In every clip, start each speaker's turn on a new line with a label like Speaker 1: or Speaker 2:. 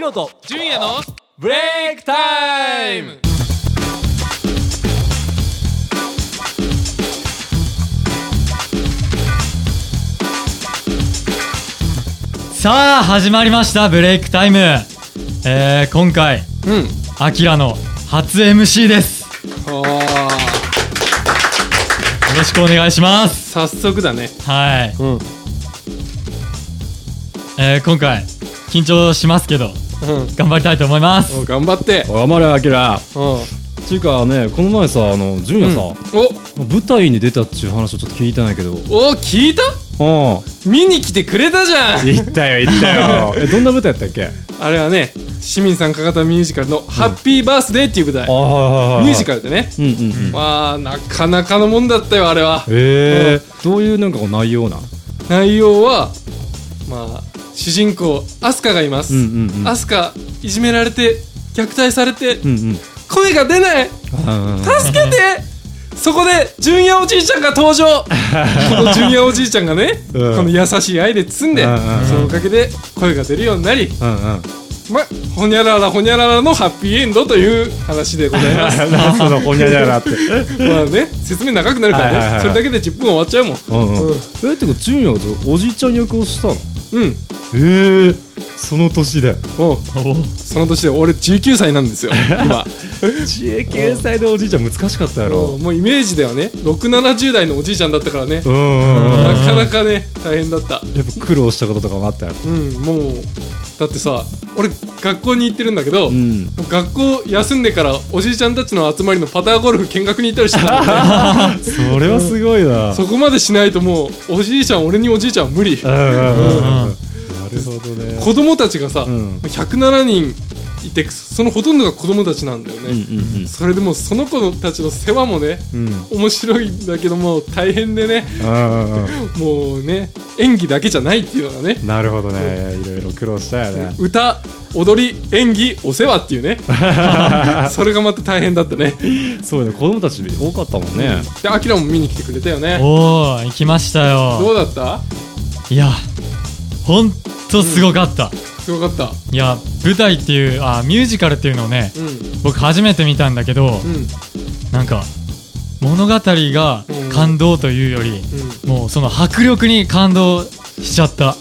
Speaker 1: ロと
Speaker 2: 純也の
Speaker 1: ブレイクタイム
Speaker 3: さあ始まりましたブレイクタイム、えー、今回
Speaker 2: うん
Speaker 3: アキラの初 MC です
Speaker 2: おー
Speaker 3: よろしくお願いします
Speaker 2: 早速だね
Speaker 3: はい、
Speaker 2: うんうん
Speaker 3: えー、今回緊張しますけど頑張りたいと思います
Speaker 2: お頑張って
Speaker 4: おい頑張れアキラ
Speaker 2: うんお
Speaker 4: ちゅうかねこの前さあの純也さ、舞台に出たっちゅう話をちょっと聞いたんやけどう
Speaker 2: お
Speaker 4: ん
Speaker 2: 聞いた見に来てくれたじゃん
Speaker 4: 行ったよ行ったよ えどんな舞台やったっけ
Speaker 2: あれはね清水さんかかたミュージカルの「ハッピーバースデー」っていう舞台、
Speaker 4: あはいはいはいはい
Speaker 2: ミュージカルでね
Speaker 4: うんうんうん
Speaker 2: まあなかなかのもんだったよあれは
Speaker 4: えー、どういうなんかこう内容なん
Speaker 2: 内容はまあ主人公アスカがいます、
Speaker 4: うんうんうん
Speaker 2: アスカいじめられて虐待されて、
Speaker 4: うんうん
Speaker 2: 声が出ない
Speaker 4: あ
Speaker 2: 助けてそこで純也おじいちゃんが登場この純也おじいちゃんがね、
Speaker 4: うん
Speaker 2: この優しい愛で包んで、
Speaker 4: うんうんうん
Speaker 2: そのおかげで声が出るようになり、
Speaker 4: ーうんうん
Speaker 2: まあ、ほにゃららほにゃららのハッピーエンドという話でございます
Speaker 4: なそのほにゃにゃら って
Speaker 2: まあね説明長くなるからね、
Speaker 4: はいはいはい
Speaker 2: それだけで10分終わっちゃうもん
Speaker 4: うんう
Speaker 2: う
Speaker 4: ん
Speaker 2: ん
Speaker 4: えってか純也はおじいちゃん役をしたの
Speaker 2: うん
Speaker 4: ええその年 で
Speaker 2: もうその年で俺19歳なん ですよ今
Speaker 4: 19歳でおじいちゃん難しかったや
Speaker 2: もう
Speaker 4: ろ
Speaker 2: もうイメージではね670代のおじいちゃんだったからね
Speaker 4: うんうんうん
Speaker 2: なかなかね大変だった
Speaker 4: やっぱ苦労したこととかもあったやろ
Speaker 2: うんもうだってさ俺学校に行ってるんだけど、
Speaker 4: ん
Speaker 2: 学校休んでからおじいちゃんたちの集まりのパターゴルフ見学に行ったりしてたも んね
Speaker 4: それはすごいな
Speaker 2: そこまでしないともうおじいちゃん俺におじいちゃんは無理
Speaker 4: うんうんうんうん
Speaker 3: う
Speaker 4: なんるほどね
Speaker 2: 子供たちがさ、
Speaker 4: ん
Speaker 2: 107人いてそのほとんどが子供たちなんだよね、それでもうその子たちの世話もね、面白いんだけども大変でね
Speaker 4: うんうん
Speaker 2: もうね演技だけじゃないっていうのがね
Speaker 4: うんなるほどねいろいろ苦労したよね
Speaker 2: 歌踊り演技お世話っていう ねそれがまた大変だったね
Speaker 4: そうね子供たち多かったもんね
Speaker 2: でアキラも見に来てくれたよね
Speaker 3: おー行きました
Speaker 2: ど
Speaker 3: よ
Speaker 2: うだった
Speaker 3: いやほんとすごかった、
Speaker 2: すごかった
Speaker 3: いや舞台っていうあミュージカルっていうのをね
Speaker 2: うん
Speaker 3: 僕初めて見たんだけど、
Speaker 2: うん
Speaker 3: なんか物語が感動というより、もうその迫力に感動しちゃった
Speaker 2: うんああ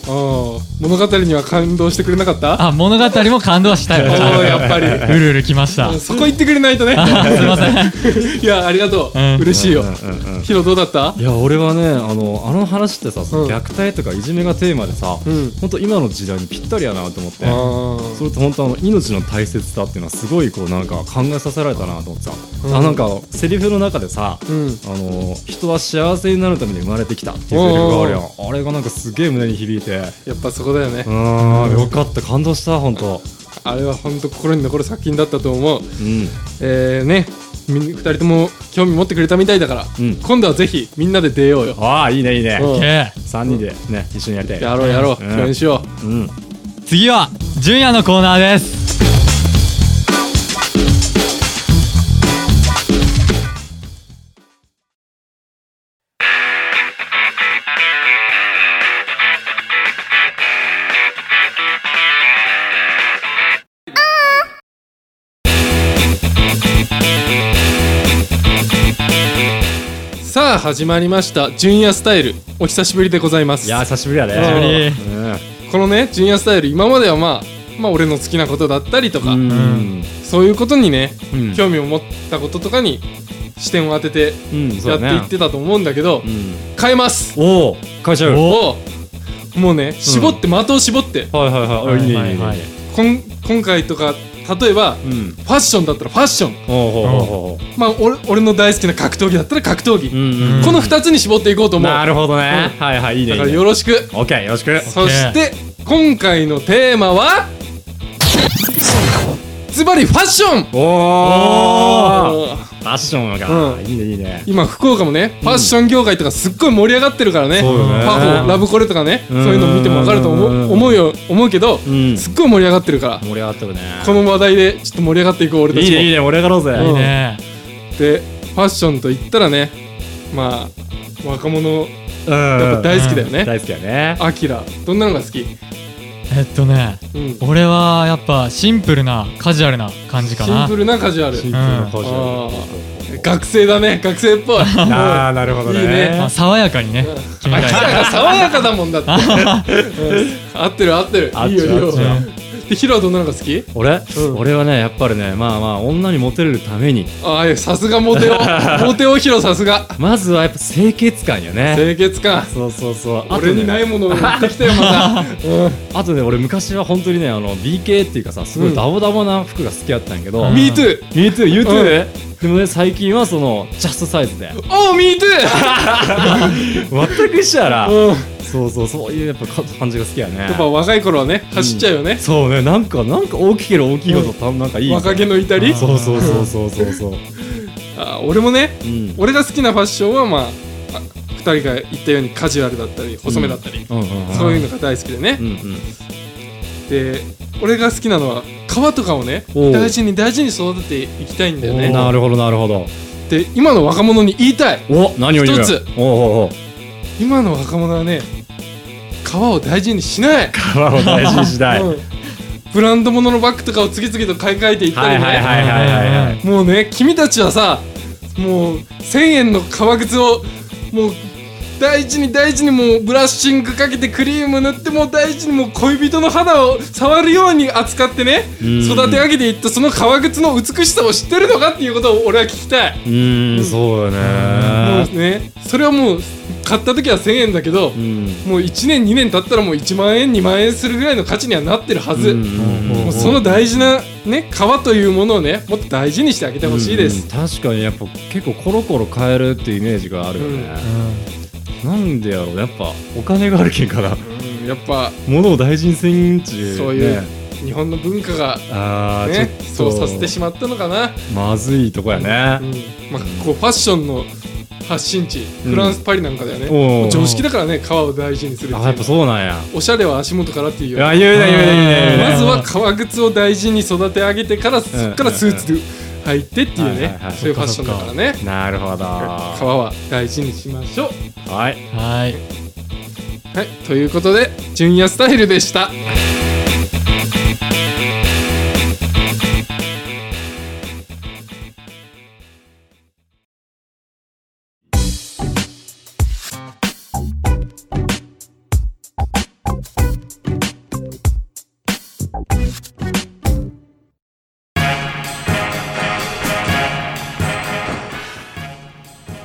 Speaker 2: 物語には感動してくれなかった
Speaker 3: あ物語も感動はした
Speaker 2: お
Speaker 3: よ
Speaker 2: おーやっぱり
Speaker 3: うるうるきました
Speaker 2: うんそこ行ってくれないとね
Speaker 3: あすいません
Speaker 2: いやありがとう、
Speaker 3: うん
Speaker 2: 嬉しいよ、
Speaker 4: うんうんうん
Speaker 2: ヒロどうだった
Speaker 4: いや俺はねあのあの話ってさその
Speaker 2: うん
Speaker 4: 虐待とかいじめがテーマでさ
Speaker 2: うん
Speaker 4: 本当今の時代にぴったりやなと思って
Speaker 2: あ
Speaker 4: それと本当あの命の大切さっていうのはすごいこうなんか考えさせられたなと思ってさ、
Speaker 2: うん
Speaker 4: あなんかセリフの中でさ、
Speaker 2: うん
Speaker 4: あの人は幸せになるために生まれてきたっていうセリフがあるやんあれがなんかすげえ胸に響いて
Speaker 2: やっぱそこだよね、
Speaker 4: うーんよかった感動した本当
Speaker 2: あれは本当心に残る作品だったと思う
Speaker 4: うん
Speaker 2: えー、ねみん二人とも興味持ってくれたみたいだから、
Speaker 4: うん
Speaker 2: 今度はぜひみんなで出ようよ
Speaker 4: ああいいねいいね、
Speaker 2: うん
Speaker 3: え
Speaker 4: 三人でね一緒にやりたい
Speaker 2: やろうやろう、
Speaker 4: うん
Speaker 2: 共演しよ
Speaker 4: う、ん、
Speaker 3: ー次は純也のコーナーです
Speaker 2: うさあ始まりました「ジュニアスタイル」お久しぶりでございま
Speaker 4: い
Speaker 2: す
Speaker 4: やー久しぶりやね
Speaker 2: 久しぶ
Speaker 3: り
Speaker 4: うん
Speaker 2: このね「ジュニアスタイル」今まではまあまあ俺の好きなことだったりとか、
Speaker 4: うん
Speaker 2: そういうことにね、
Speaker 4: うん
Speaker 2: 興味を持ったこととかに視点を当てて
Speaker 4: うんそ
Speaker 2: や
Speaker 4: う
Speaker 2: って
Speaker 4: だ
Speaker 2: い
Speaker 4: ね
Speaker 2: ってたと思うんだけど、
Speaker 4: うん
Speaker 2: 変えます
Speaker 4: おお会社
Speaker 3: お
Speaker 4: はい
Speaker 2: おうもうね絞って、的を絞って
Speaker 4: はいはいはいいいねいいねいい
Speaker 3: は
Speaker 4: ね、
Speaker 3: いはい
Speaker 2: こん今回とか例えば、フ
Speaker 4: うん
Speaker 2: ァッションだったらファッション
Speaker 4: おうほうほうほう
Speaker 2: まあ、俺俺の大好きな格闘技だったら格闘技、
Speaker 4: うん
Speaker 2: この2つに絞っていこうと思う
Speaker 4: なるほどね、
Speaker 2: う
Speaker 4: はいはいいい
Speaker 2: だ
Speaker 4: ねいい
Speaker 2: から
Speaker 4: ね
Speaker 2: よろしく
Speaker 4: オッケーよろしく
Speaker 2: そして今回のテーマはズバリファッション
Speaker 4: おお
Speaker 2: うん
Speaker 4: ファッションが、
Speaker 2: うん
Speaker 4: いいねいいね
Speaker 2: 今福岡もねファッション業界とかすっごい盛り上がってるからね、
Speaker 4: そうよね
Speaker 2: パフォラブコレとかねそういうの見ても分かると思
Speaker 4: うんうんうん
Speaker 2: う
Speaker 4: うん
Speaker 2: 思うよ思うけど、
Speaker 4: ん
Speaker 2: すっごい盛り上がってるから
Speaker 4: 盛り上がってるね
Speaker 2: この話題でちょっと盛り上がっていこう俺たちも
Speaker 4: いいねいいね盛り上がろうぜ、
Speaker 2: うん
Speaker 3: ね
Speaker 2: でファッションと言ったらねまあ若者やっぱ大好きだよね、
Speaker 4: 大好きだね
Speaker 2: アキラどんなのが好き
Speaker 3: えっとね
Speaker 2: うん
Speaker 3: 俺はやっぱシンプルなカジュアルな感じか
Speaker 2: シン
Speaker 3: な
Speaker 2: プルなカジュアル
Speaker 4: シンプルなカジュ
Speaker 2: あー学生だね学生っぽい
Speaker 5: あーあなるほどね
Speaker 2: いいね
Speaker 3: まあ、爽やかにね決めたい
Speaker 2: 爽やかだもんだって うん合ってる合ってる
Speaker 4: 合っ
Speaker 2: いい
Speaker 4: ちゃ
Speaker 2: よ
Speaker 4: う
Speaker 2: いいよ
Speaker 4: 合っちゃう
Speaker 2: でヒロはどんなのが好き
Speaker 4: 俺、
Speaker 2: うん
Speaker 4: 俺はねやっぱりねまあまあ女にモテれるために
Speaker 2: ああいやさすがモテ オモテオヒロさすが
Speaker 4: まずはやっぱ清潔感よね
Speaker 2: 清潔感
Speaker 4: そうそうそうあと
Speaker 2: 俺にな
Speaker 4: ね
Speaker 2: いものを持ってきたよま た
Speaker 4: あとね俺昔は本当にねあの BK っていうかさすご
Speaker 2: うん
Speaker 4: いダボダボな服が好きやったんやけど、
Speaker 3: うん
Speaker 2: Me too
Speaker 4: Me too, you too ね、でもね最近はそのジャストサイズで
Speaker 2: Oh me too
Speaker 4: 全く一緒やら
Speaker 2: うん
Speaker 4: そうそうそういうやっぱか感じが好きやね
Speaker 2: やっぱ若い頃はね走っちゃうよね
Speaker 4: そうねなんかなんか大きければ大きいほどたなんかいい
Speaker 2: 若気の至り
Speaker 4: そうそうそうそうそうそう
Speaker 2: あー俺もね
Speaker 4: うん
Speaker 2: 俺が好きなファッションはまああ二人が言ったようにカジュアルだったり細めだったり、
Speaker 4: うんうんうん
Speaker 2: そういうのが大好きでね
Speaker 4: う、んうん
Speaker 2: で俺が好きなのは皮とかをね
Speaker 4: おう
Speaker 2: 大事に大事に育てていきたいんだよ
Speaker 4: お
Speaker 2: ね
Speaker 4: なるほどなるほど
Speaker 2: で今の若者に言いたい
Speaker 4: お何を言う
Speaker 2: 一つ
Speaker 4: おうおうおう
Speaker 2: 今の若者はね皮を大事にしない、
Speaker 4: 革を大事にしない
Speaker 2: うんブランド物のバッグとかを次々と買い替えていった
Speaker 4: は
Speaker 2: り
Speaker 4: い
Speaker 2: ね、
Speaker 4: はいはいはいはいはい
Speaker 2: もうね君たちはさもう1000円の革靴をもう大事に大事にもうブラッシングかけてクリーム塗ってもう大事にもう恋人の肌を触るように扱ってね
Speaker 4: うん
Speaker 2: 育て上げていったその革靴の美しさを知ってるのかっていうことを俺は聞きたいう
Speaker 4: ーんそうだ
Speaker 2: も
Speaker 4: ね
Speaker 2: うねそれはもう買った時は1000円だけど
Speaker 4: うん
Speaker 2: もう1年2年経ったらもう1万円2万円するぐらいの価値にはなってるはず、
Speaker 4: うん
Speaker 2: もうその大事なね革というものをねもっと大事にしてあげてほしいです、
Speaker 4: うん確かにやっぱ結構コロコロ変えるっていうイメージがあるよね、なんでやろうやっぱお金があるけんかな
Speaker 2: うんやっぱ
Speaker 4: 物を大事にせんちゅう
Speaker 2: そういう
Speaker 4: ね
Speaker 2: 日本の文化が
Speaker 4: ああ、
Speaker 2: ね
Speaker 4: ち
Speaker 2: そ
Speaker 4: ょっ
Speaker 2: うさ
Speaker 4: と
Speaker 2: せてしまったのかな、
Speaker 4: まずいとこや
Speaker 2: う
Speaker 4: ね、
Speaker 2: んまあ、こうファッションの発信地
Speaker 4: うん
Speaker 2: フランス・パリなんかだよね、
Speaker 4: おうおう
Speaker 2: 常識だからね革を大事にするっていう
Speaker 4: あ
Speaker 2: の
Speaker 4: あやっぱそうなんや
Speaker 2: おしゃれは足元からっていう
Speaker 4: い
Speaker 2: よ
Speaker 4: や言うね言うね言うね言うね
Speaker 2: まずは革靴を大事に育て上げてからそっからスーツ履いてっていう
Speaker 4: はいは
Speaker 2: ね
Speaker 4: いはい
Speaker 2: そういうファッションだからね
Speaker 4: なるほど
Speaker 2: 革は大事にしましょう
Speaker 4: はい
Speaker 3: はい
Speaker 2: はいということで純也スタイルでした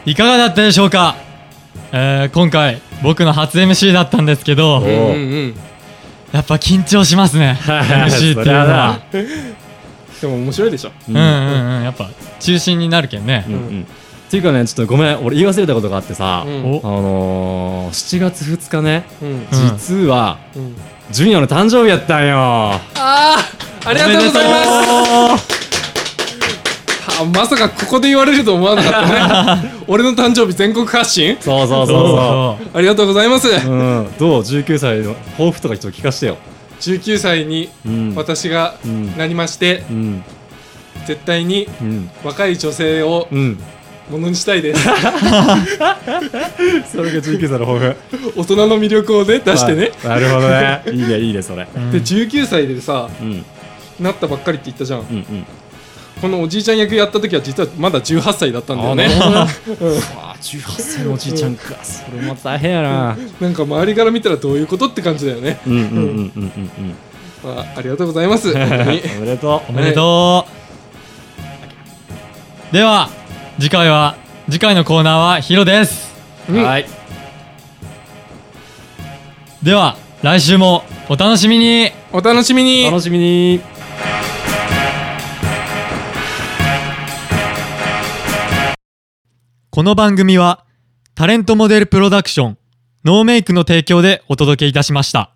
Speaker 3: いかがだったでしょうか、えー、今回僕の初 MC だったんですけど
Speaker 2: うん
Speaker 4: おう
Speaker 2: うん
Speaker 3: やっぱ緊張しますね MC っていうのは
Speaker 2: でも面白いでしょ
Speaker 3: うんうんうんやっぱ中心になるけんね
Speaker 4: うんうんっていうかねちょっとごめん俺言い忘れたことがあってさ、
Speaker 2: うん
Speaker 3: お
Speaker 4: あのー、7月2日ね
Speaker 2: うん
Speaker 3: うん
Speaker 4: 実は
Speaker 2: うん
Speaker 4: ジュニアの誕生日やったんよ
Speaker 2: ああありがとうございますあまさかここで言われると思わなかった ね俺の誕生日全国発信
Speaker 4: そうそうそうそ
Speaker 3: そう
Speaker 2: ありがとうございます、
Speaker 4: ううんどう19歳の抱負とかちょっと聞かしてよ
Speaker 2: 19歳に
Speaker 4: うん
Speaker 2: 私が
Speaker 4: うん
Speaker 2: なりまして、
Speaker 4: うん
Speaker 2: 絶対に
Speaker 4: うん
Speaker 2: 若い女性を
Speaker 4: うん
Speaker 2: ものにしたいです
Speaker 4: それが19歳の抱負
Speaker 2: 大人の魅力をね出してね、
Speaker 4: なるほどねいいねいいねそれ
Speaker 3: うん
Speaker 2: で19歳でさ
Speaker 4: うんうん
Speaker 2: なったばっかりって言ったじゃん
Speaker 4: うんうん
Speaker 2: このおじいちゃん役やった時は実はまだ18歳だったんだよね
Speaker 4: あ18歳のおじいちゃんかそれも大変やな
Speaker 2: なんか周りから見たらどういうことって感じだよね、
Speaker 4: うんうんうんうんうんうん
Speaker 2: まあ、ありがとうございます本当に
Speaker 4: おめでと
Speaker 3: おめでとうでは次回は次回のコーナーはヒロです
Speaker 4: うはい
Speaker 3: では来週もお楽しみに
Speaker 2: お楽しみに
Speaker 4: 楽しみに
Speaker 3: この番組はタレントモデルプロダクションノーメイクの提供でお届けいたしました